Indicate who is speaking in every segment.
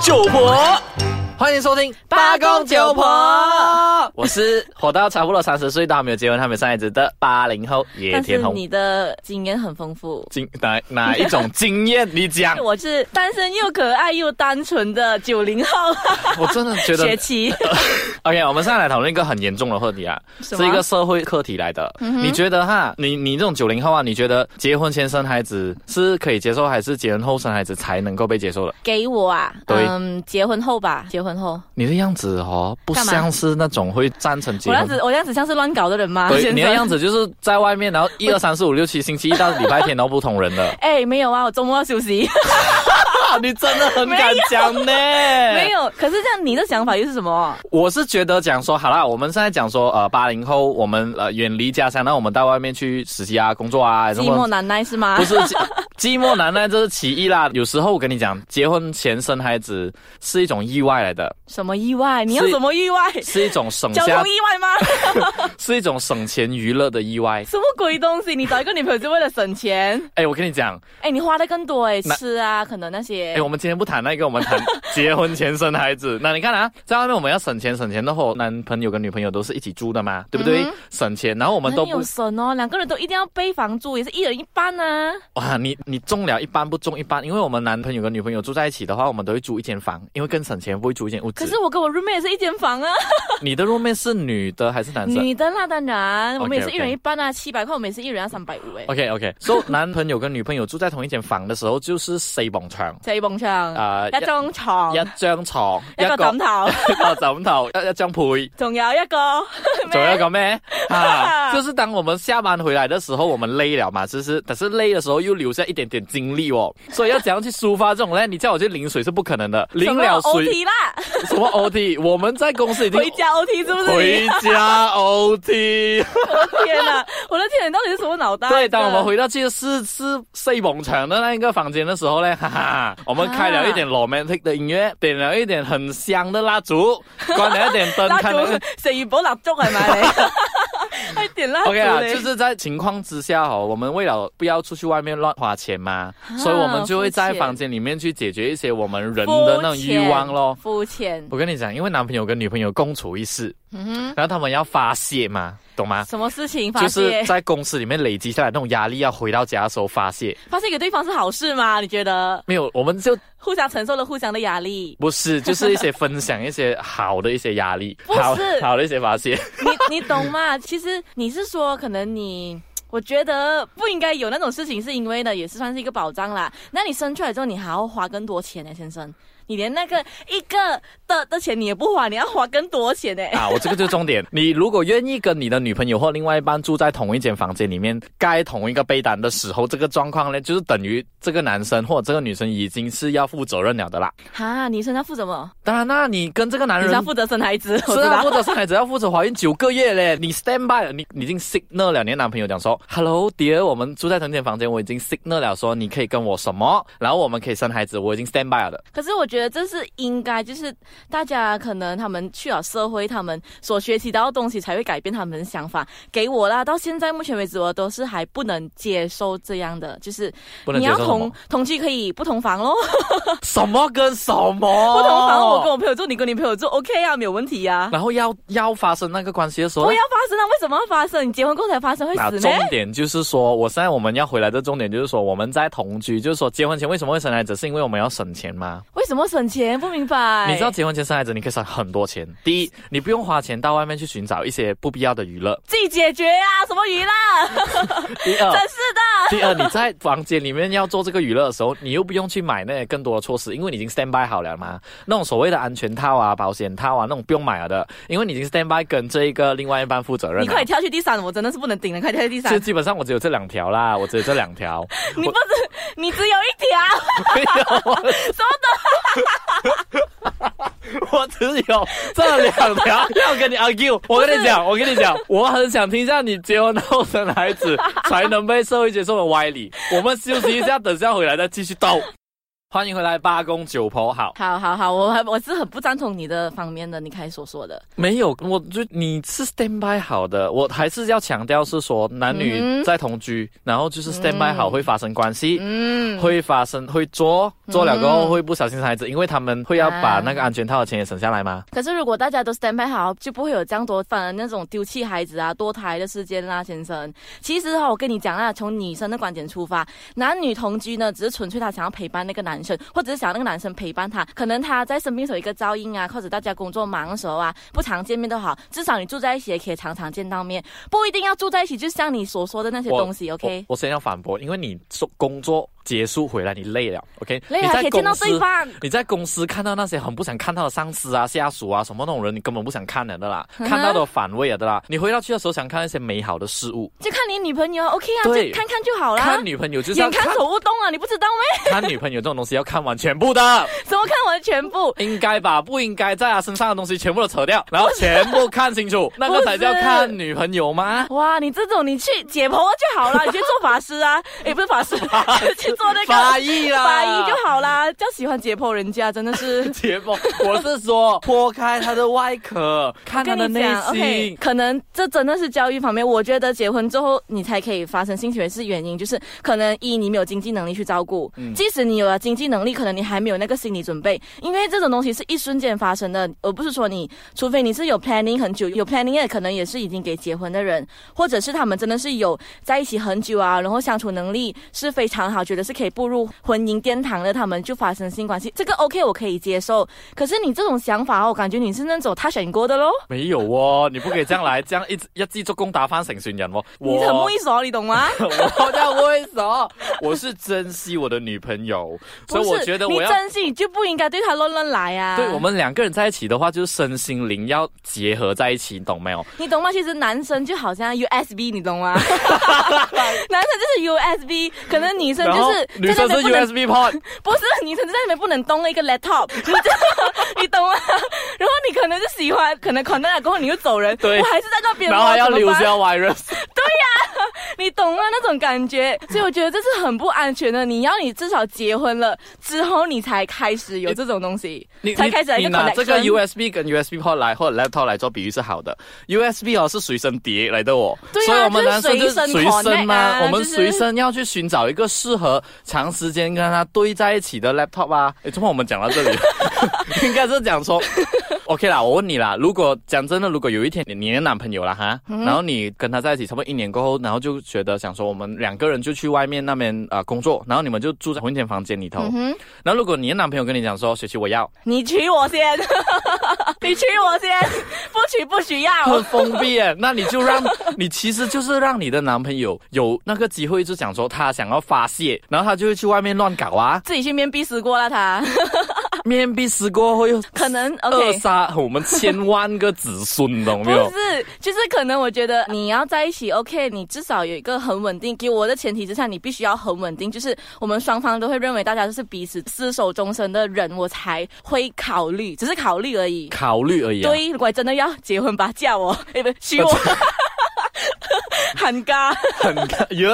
Speaker 1: 九婆，欢迎收听
Speaker 2: 八公九婆
Speaker 1: 我是活到差不多三十岁都还没有结婚、还没有生孩子的八零后野
Speaker 2: 但是
Speaker 1: 田红。
Speaker 2: 你的经验很丰富。，
Speaker 1: 经哪哪一种经验？你讲
Speaker 2: 我是单身又可爱又单纯的九零后
Speaker 1: 我真的觉得
Speaker 2: 学期，
Speaker 1: OK，我们现在来讨论一个很严重的话题啊，
Speaker 2: 什
Speaker 1: 是
Speaker 2: 么嗯
Speaker 1: 一个社会课题来的。你觉得哈，你你这种九零后啊，你觉得结婚前生孩子是可以接受，还是结婚后生孩子才能够被接受的？
Speaker 2: 给我啊，
Speaker 1: 对
Speaker 2: 嗯，结婚后吧，结婚后，
Speaker 1: 你的样子哦，不
Speaker 2: 干嘛
Speaker 1: 像是那种会赞成结
Speaker 2: 我样
Speaker 1: 婚。
Speaker 2: 子我样子像是乱搞的人吗？
Speaker 1: 对，
Speaker 2: 先
Speaker 1: 你
Speaker 2: 生。
Speaker 1: 的样子就是在外面，然后一二三四五六七，星期一到礼拜天都不同人的
Speaker 2: 哎，没有啊，我周末要休息，
Speaker 1: 啊，你真的很敢讲呢。没
Speaker 2: 没，有。可是这样你的想法又是什么？
Speaker 1: 我是觉得讲说，好啦，我们现在讲说，呃，八零后，我们呃远离家乡，那我们到外面去实习啊、工作啊，什
Speaker 2: 寂
Speaker 1: 么
Speaker 2: 寞难耐是吗？
Speaker 1: 不是寂寂寞难耐，这是其一啦。有时候我跟你讲，结婚前生孩子是一种意外来的，
Speaker 2: 什么意外？你要
Speaker 1: 是嗯
Speaker 2: 什么意外？
Speaker 1: 是一种省
Speaker 2: 交
Speaker 1: 下
Speaker 2: 通，意外吗？
Speaker 1: 是一种省钱娱乐的意外。
Speaker 2: 什么鬼东西？你找一个女朋友是为了省钱？
Speaker 1: 哎，我跟你讲，
Speaker 2: 哎，你花的更多哎，
Speaker 1: 那
Speaker 2: 吃啊，可能那些
Speaker 1: 哎，我们今天不谈那个，我们 谈结婚前生孩子。那你看啊，在外面我们要省钱，省钱的后，男朋友跟女朋友都是一起住的嘛，对不对？
Speaker 2: 嗯
Speaker 1: 省钱，然后我们都
Speaker 2: 很
Speaker 1: 不
Speaker 2: 有神哦，两个人都一定要背房租，也是一人一半啊。
Speaker 1: 哇，你你中了一半不中一半，因为我们男朋友跟女朋友住在一起的话，我们都会租一间房，因为更省钱，不会租一间屋子。
Speaker 2: 可是我跟我 roommate 也是一间房啊，
Speaker 1: 你的 roommate 是女的 还是男生？
Speaker 2: 女的那当然，我们也是
Speaker 1: OK，OK 哦
Speaker 2: 一人一半啊，七百块，我们也是一人要三百五哎，
Speaker 1: OK OK，所、so, 男朋友跟女朋友住在同一间房的时候，就是四埲牆，
Speaker 2: 在一埲牆，
Speaker 1: 啊、
Speaker 2: 一張床，
Speaker 1: 一一張床，
Speaker 2: 一個 枕頭，
Speaker 1: 一個枕頭，一一張被，
Speaker 2: 仲有一個
Speaker 1: 仲有一個咩啊？
Speaker 2: 啊
Speaker 1: 就是当我们下班回来的时候，我们累了嘛，就是但是累的时候又留下一点点精力哦，所以要怎样去抒发这种呢？你叫我去淋水是不可能的，
Speaker 2: 什
Speaker 1: 淋
Speaker 2: 么
Speaker 1: 了水
Speaker 2: OT 啦，
Speaker 1: 什么 OT？我们在公司已经
Speaker 2: 回。家 OT 是不
Speaker 1: 回
Speaker 2: 是？
Speaker 1: 家 OT，
Speaker 2: 天哪，我的天，你到底是什么脑袋？
Speaker 1: 对，当我们回到去是是睡梦场的那一个房间的时候呢，哈 哈，我们开了一
Speaker 2: 啊
Speaker 1: 点 romantic 的音乐，点了一点很香的蜡烛，关了一点灯，
Speaker 2: 蜡
Speaker 1: 看了
Speaker 2: 燭。食魚寶蠟燭 係咪哎你？快點啦
Speaker 1: OK 啦，就
Speaker 2: 燭你，
Speaker 1: 是在情况之下哦，我们为了不要出去外面乱花钱嘛，
Speaker 2: 啊
Speaker 1: 所以我们就会在房间里面去解决一些我们人的那种欲望咯。
Speaker 2: 肤淺，
Speaker 1: 我跟你讲，因为男朋友跟女朋友共处一 室，
Speaker 2: 嗯
Speaker 1: 然后他们要发泄嘛，懂吗
Speaker 2: 哼，？什麼事情發
Speaker 1: 啊就是
Speaker 2: 泄？
Speaker 1: 在公司里面累积下来那种压力，要回到家的时候发泄。
Speaker 2: 发泄给对方是好事吗？你觉得？
Speaker 1: 没有，我们就
Speaker 2: 互相承受了互相的压力。
Speaker 1: 不是，就是一些分享一些好的一些压力，
Speaker 2: 不是
Speaker 1: 好好的一些发泄。
Speaker 2: 你你懂吗？其实你是说，可能你。我觉得不应该有那种事情，是因为呢，也是算是一个保障啦。那你生出来之后，你还要花更多钱呢、先生。你连那个一个的的钱你也不花，你要花更多钱呢、
Speaker 1: 啊，我这个就是重点。你如果愿意跟你的女朋友或另外一半住在同一间房间里面，盖同一个被单的时候，这个状况呢，就是等于这个男生或者这个女生已经是要负责任了的啦。
Speaker 2: 哈，你身上负什么？
Speaker 1: 当然啦，你跟这个男
Speaker 2: 你
Speaker 1: 人
Speaker 2: 是要负责生孩子，我
Speaker 1: 是
Speaker 2: 知
Speaker 1: 啊，
Speaker 2: 道
Speaker 1: 或。者生孩子要负责怀孕九个月嘞，你 stand by 了，你你已经 signal 了，你的男朋友讲说，Hello dear，我们住在同一间房间，我已经 signal 了，说你可以跟我什么，然后我们可以生孩子，我已经 stand by 了的。
Speaker 2: 可是我觉得这是应该，就是大家可能他们去了社会，他们所学习到的东西才会改变他们的想法。给我啦，到现在目前为止，我都是还不能接受这样的，就是
Speaker 1: 不能
Speaker 2: 你
Speaker 1: 接
Speaker 2: 要
Speaker 1: 受什
Speaker 2: 同
Speaker 1: 么？
Speaker 2: 同居可以不同房咯，
Speaker 1: 什么跟什么？
Speaker 2: 不
Speaker 1: 不
Speaker 2: 同房我跟我朋友住，你跟你朋友住，OK 啊，没有问题啊。
Speaker 1: 然后要要发生那个关系的时候
Speaker 2: 不。要发生啊！为什么要发生？你结婚过后才发生会
Speaker 1: 那
Speaker 2: 死
Speaker 1: 重
Speaker 2: 呢？
Speaker 1: 点就是说，我现在我们要回来的重点就是说，我们在同居，就是说结婚前为什么会生孩子，是因为我们要省钱吗？
Speaker 2: 为什么省钱？不明白。
Speaker 1: 你知道结婚前生孩子，你可以省很多钱。第一，你不用花钱到外面去寻找一些不必要的娱 乐；
Speaker 2: 自己解决啊！什么娱乐？
Speaker 1: 第二，
Speaker 2: 真是的。
Speaker 1: 第二，你在房间里面要做这个娱乐的时候，你又不用去买那些更多的措施，因为你已经 stand by 好了嘛。那种所谓的安全套啊、保险套啊，那种不用买了的，因为你已经 stand by 跟这一个另外一半负责任了。
Speaker 2: 你快点跳去第三，我真的是不能顶了！快点跳去第
Speaker 1: 就
Speaker 2: 三，
Speaker 1: 基本上我只有这两条啦，我只有这两条。
Speaker 2: 你不是你只有一条。
Speaker 1: 没有，我 我只有这两条要跟你 argue。我跟你讲，我跟你讲， 我很想听一下你结婚后生孩子才能被社会接受的歪理。我们休息一下，等下回来再继续斗。欢迎回来，八公九婆好。
Speaker 2: 好好好，我我是很不赞同你的方面的，你开始所说的。
Speaker 1: 没有，我就你是 stand by 好的，我还是要强调是说男女
Speaker 2: 嗯
Speaker 1: 在同居，然后就是 stand by 好会发生关系，
Speaker 2: 嗯，
Speaker 1: 会发生会做做了过后
Speaker 2: 嗯
Speaker 1: 会不小心生孩子，因为他们会要把
Speaker 2: 啊
Speaker 1: 那个安全套的钱也省下来嘛。
Speaker 2: 可是如果大家都 stand by 好，就不会有这样多反而那种丢弃孩子啊、堕胎的事件啦、先生。其实哈、我跟你讲啦，从女生的观点出发，男女同居呢，只是纯粹他想要陪伴那个男生，或者是想要那个男生陪伴他。可能他在生病时候有一个照应啊，或者大家工作忙的时候啊，不常见面都好，至少你住在一起也可以常常见到面，不一定要住在一起。就像你所说的那些
Speaker 1: 我
Speaker 2: 嗯东西，OK
Speaker 1: 我。我先要反驳，因为你做工作结束回来你累了，OK？
Speaker 2: 所以
Speaker 1: 你
Speaker 2: 还
Speaker 1: 在
Speaker 2: 可以见到
Speaker 1: 公司
Speaker 2: 对方，
Speaker 1: 你在公司看到那些很不想看到的上司啊、下属啊什么那种人，你根本不想看了的啦，
Speaker 2: 嗯哼
Speaker 1: 看到都反胃了的啦。你回到去的时候想看一些美好的事物，
Speaker 2: 就看你女朋友 OK 啊，
Speaker 1: 对
Speaker 2: 就看看就好啦
Speaker 1: 看。女朋友就是要
Speaker 2: 眼看
Speaker 1: 看
Speaker 2: 手勿动啊，你不知道吗？
Speaker 1: 看女朋友这种东西要看完全部的，
Speaker 2: 怎么看我的全部？
Speaker 1: 应该吧？不应该在她身上的东西全部都扯掉，然后全部看清 楚，那个才叫看女朋友吗？
Speaker 2: 哇，你这种你去解剖就好 了，你去做法师啊，也、不是法师，去做那个
Speaker 1: 法医啊啦，。
Speaker 2: 法医就好啦。就喜欢解剖人家，真的是
Speaker 1: 节目，我是说剥开他的外壳，看他
Speaker 2: 跟
Speaker 1: 的
Speaker 2: 你
Speaker 1: 内
Speaker 2: 讲，OK，
Speaker 1: 心。
Speaker 2: 可能这真的是教育方面。我觉得结婚之后你才可以发生性行为是原因，就是可能一你没有经济能力去照顾，
Speaker 1: 嗯
Speaker 2: 即使你有了经济能力，可能你还没有那个心理准备，因为这种东西是一瞬间发生的，而不是说你，除非你是有 planning 很久，有 planning 的可能也是已经给结婚的人，或者是他们真的是有在一起很久啊，然后相处能力是非常好，觉得是可以步入婚姻殿堂的，他们就发生性关系，这个 OK 我可以接受。可是你这种想法，我感觉你是那种他选过的咯，
Speaker 1: 没有哦，你不可以这样来，这样一直一记做攻打翻成群人哦。
Speaker 2: 你很猥琐，你懂吗？
Speaker 1: 我叫为什么？我是珍惜我的女朋友，所以
Speaker 2: 不
Speaker 1: 我
Speaker 2: 是
Speaker 1: 觉得我
Speaker 2: 你
Speaker 1: 要。
Speaker 2: 真心你就不应该对他乱乱来啊！
Speaker 1: 对我们两个人在一起的话，就是身心灵要结合在一起，你懂没有？
Speaker 2: 你懂吗？其实男生就好像 USB，你懂 吗？男生就是 USB，可能女生
Speaker 1: 然
Speaker 2: 就
Speaker 1: 后
Speaker 2: 是
Speaker 1: 女生
Speaker 2: 在那
Speaker 1: 是
Speaker 2: 边不能
Speaker 1: USB port，
Speaker 2: 不是女生就在那边不能动了一个 laptop，你 知道你懂吗？然后你可能就喜欢，可能狂到了过后你就走人，
Speaker 1: 对
Speaker 2: 我还是在那边，
Speaker 1: 然后还要
Speaker 2: 我怎么
Speaker 1: 留
Speaker 2: 办
Speaker 1: 下 virus。
Speaker 2: 你懂吗？那种感觉，所以我觉得这是很不安全的。你要你至少结婚了之后，你才开始有这种东西，
Speaker 1: 你
Speaker 2: 才开始来
Speaker 1: 你
Speaker 2: 一
Speaker 1: 你
Speaker 2: 个
Speaker 1: 拿这个
Speaker 2: connection
Speaker 1: USB 跟 USB port 来或者 laptop 来做比喻是好的，USB 哦是随身碟来的哦，
Speaker 2: 对啊
Speaker 1: 所以我们男生就是随
Speaker 2: 就是随
Speaker 1: 身
Speaker 2: 身
Speaker 1: 嘛，
Speaker 2: connect 啊
Speaker 1: 我们
Speaker 2: 就是
Speaker 1: 随身要去寻找一个适合长时间跟它堆在一起的 laptop 啊。诶，怎么我们讲到这 里？应该是讲说。OK 啦，我问你啦，如果讲真的，如果有一天你你的男朋友啦哈，
Speaker 2: 嗯
Speaker 1: 然后你跟他在一起差不多一年过后，然后就觉得想说我们两个人就去外面那边啊、呃工作，然后你们就住在同一间房间里头，
Speaker 2: 嗯哼
Speaker 1: 然后如果你的男朋友跟你讲说，雪琪我要，
Speaker 2: 你娶我先， 你娶我 先，不娶不许要。，
Speaker 1: 很封闭耶，那你就让 你其实就是让你的男朋友有那个机会，就讲说他想要发泄，然后他就会去外面乱搞啊
Speaker 2: 自己去面壁思过了他，
Speaker 1: 面壁思过会
Speaker 2: 可能
Speaker 1: 扼
Speaker 2: 啊 OK。
Speaker 1: 杀我们千万个子孙，懂
Speaker 2: 不
Speaker 1: 没有？
Speaker 2: 是，就是可能我觉得你要在一起，OK，你至少有一个很稳定。给我的前提之下，你必须要很稳定，就是我们双方都会认为大家就是彼此厮守终身的人，我才会考虑，只是考虑而已。
Speaker 1: 考虑而已、啊。
Speaker 2: 对，如果真的要结婚吧，嫁我，哎不，娶我， 喊嘎。
Speaker 1: 很 耶，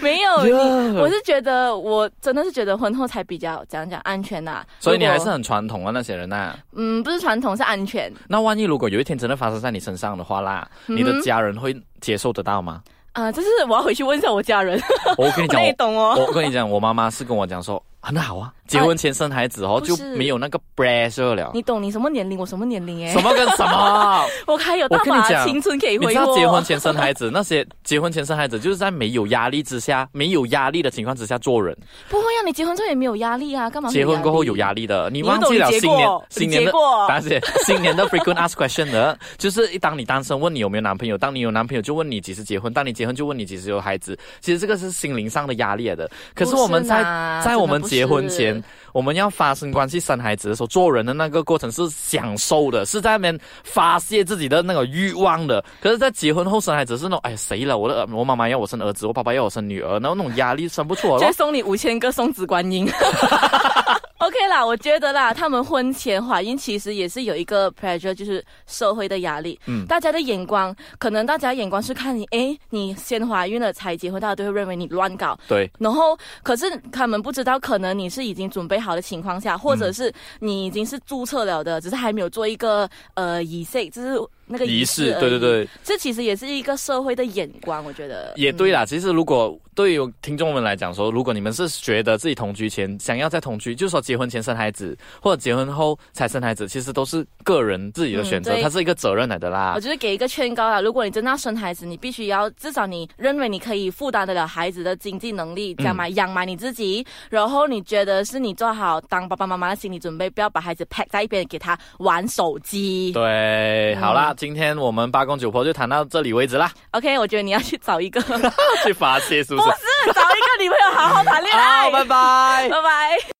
Speaker 2: 没有，哦你
Speaker 1: Yeah
Speaker 2: 我是觉得，我真的是觉得婚后才比较讲讲安全呐、
Speaker 1: 所以你
Speaker 2: 如果
Speaker 1: 还是很传统啊，那些人呐、啊。
Speaker 2: 嗯，不是传统是安全
Speaker 1: 那万一如果有一天真的发生在你身上的话啦，
Speaker 2: 嗯
Speaker 1: 你的家人会接受得到吗？
Speaker 2: 啊、这是我要回去问一下我家人，
Speaker 1: 我跟你
Speaker 2: 我
Speaker 1: 讲，
Speaker 2: 那
Speaker 1: 我
Speaker 2: 也懂哦。
Speaker 1: 我跟你讲，我妈妈是跟我讲说很好啊，结婚前生孩子哦、
Speaker 2: 不
Speaker 1: 就是没有那个 pressure 了。
Speaker 2: 你懂你什么年龄，我什么年龄哎、
Speaker 1: 什么跟什么？
Speaker 2: 我还有大
Speaker 1: 我跟你
Speaker 2: 把
Speaker 1: 讲
Speaker 2: 青春可以
Speaker 1: 你
Speaker 2: 挥
Speaker 1: 知
Speaker 2: 霍。
Speaker 1: 道结婚前生孩子，那些结婚前生孩子就是在没有压力之下，没有压力的情况之下做人。
Speaker 2: 不会啊，你结婚之后也没有压力啊，干嘛？
Speaker 1: 结婚过后有压
Speaker 2: 力。
Speaker 1: 力的，你
Speaker 2: 你
Speaker 1: 忘
Speaker 2: 不懂
Speaker 1: 记了
Speaker 2: 你结
Speaker 1: 新年
Speaker 2: 过
Speaker 1: 新年
Speaker 2: 你
Speaker 1: 的
Speaker 2: 结过
Speaker 1: 而且 新年的 frequent ask question 的，就是当你单身问你有没有男朋友，当你有男朋友就问你几时结婚，当你结婚就问你几时有孩子。其实这个是心灵上的压力来的。可是我们
Speaker 2: 不
Speaker 1: 在
Speaker 2: 是啦
Speaker 1: 在我们结婚
Speaker 2: 真
Speaker 1: 前
Speaker 2: 的不，
Speaker 1: 我们要发生关系、生孩子的时候，做人的那个过程是享受的，是在那边发泄自己的那个欲望的。可是，在结婚后生孩子是那种，哎，谁了？我的儿我妈妈要我生儿子，我爸爸要我生女儿，然后那种压力生不出来
Speaker 2: 就
Speaker 1: 咯
Speaker 2: 会。送你五千个送子观音。OK， OK 啦，我觉得啦，他们婚前怀孕其实也是有一个 pressure，就是社会的压力。
Speaker 1: 嗯
Speaker 2: 大家的眼光，可能大家的眼光是看你，诶，你先怀孕了才结婚，大家都会认为你乱搞。
Speaker 1: 对，
Speaker 2: 然后，可是他们不知道，可能你是已经准备好的情况下，或
Speaker 1: 嗯
Speaker 2: 者是你已经是注册了的，只是还没有做一个呃仪式，就是那个
Speaker 1: 仪
Speaker 2: 式
Speaker 1: 式，。对对，对，
Speaker 2: 这其实也是一个社会的眼光，我觉得
Speaker 1: 也对啦。其实如果对于听众们来讲说，如果你们是觉得自己同居前想要再同居，就是说结婚前生孩子，或者结婚后才生孩子，其实都是个人自己的选择，
Speaker 2: 嗯对
Speaker 1: 它是一个责任来的啦
Speaker 2: 我。就是给一个劝告啊啦，如果你真的要生孩子，你必须要至少你认为你可以负担得了孩子的经济能力，
Speaker 1: 嗯
Speaker 2: 养嘛养嘛你自己，然后你觉得是你做好当爸爸妈妈的心理准备，不要把孩子 pack 在一边给他玩手机。
Speaker 1: 对，好啦，今天我们八公九婆就谈到这里为止 啦，
Speaker 2: OK，我觉得你要去找一个， 不是找一
Speaker 1: 去发泄是不是？
Speaker 2: 个女朋友好好谈恋爱。
Speaker 1: 好，拜拜。
Speaker 2: 拜拜。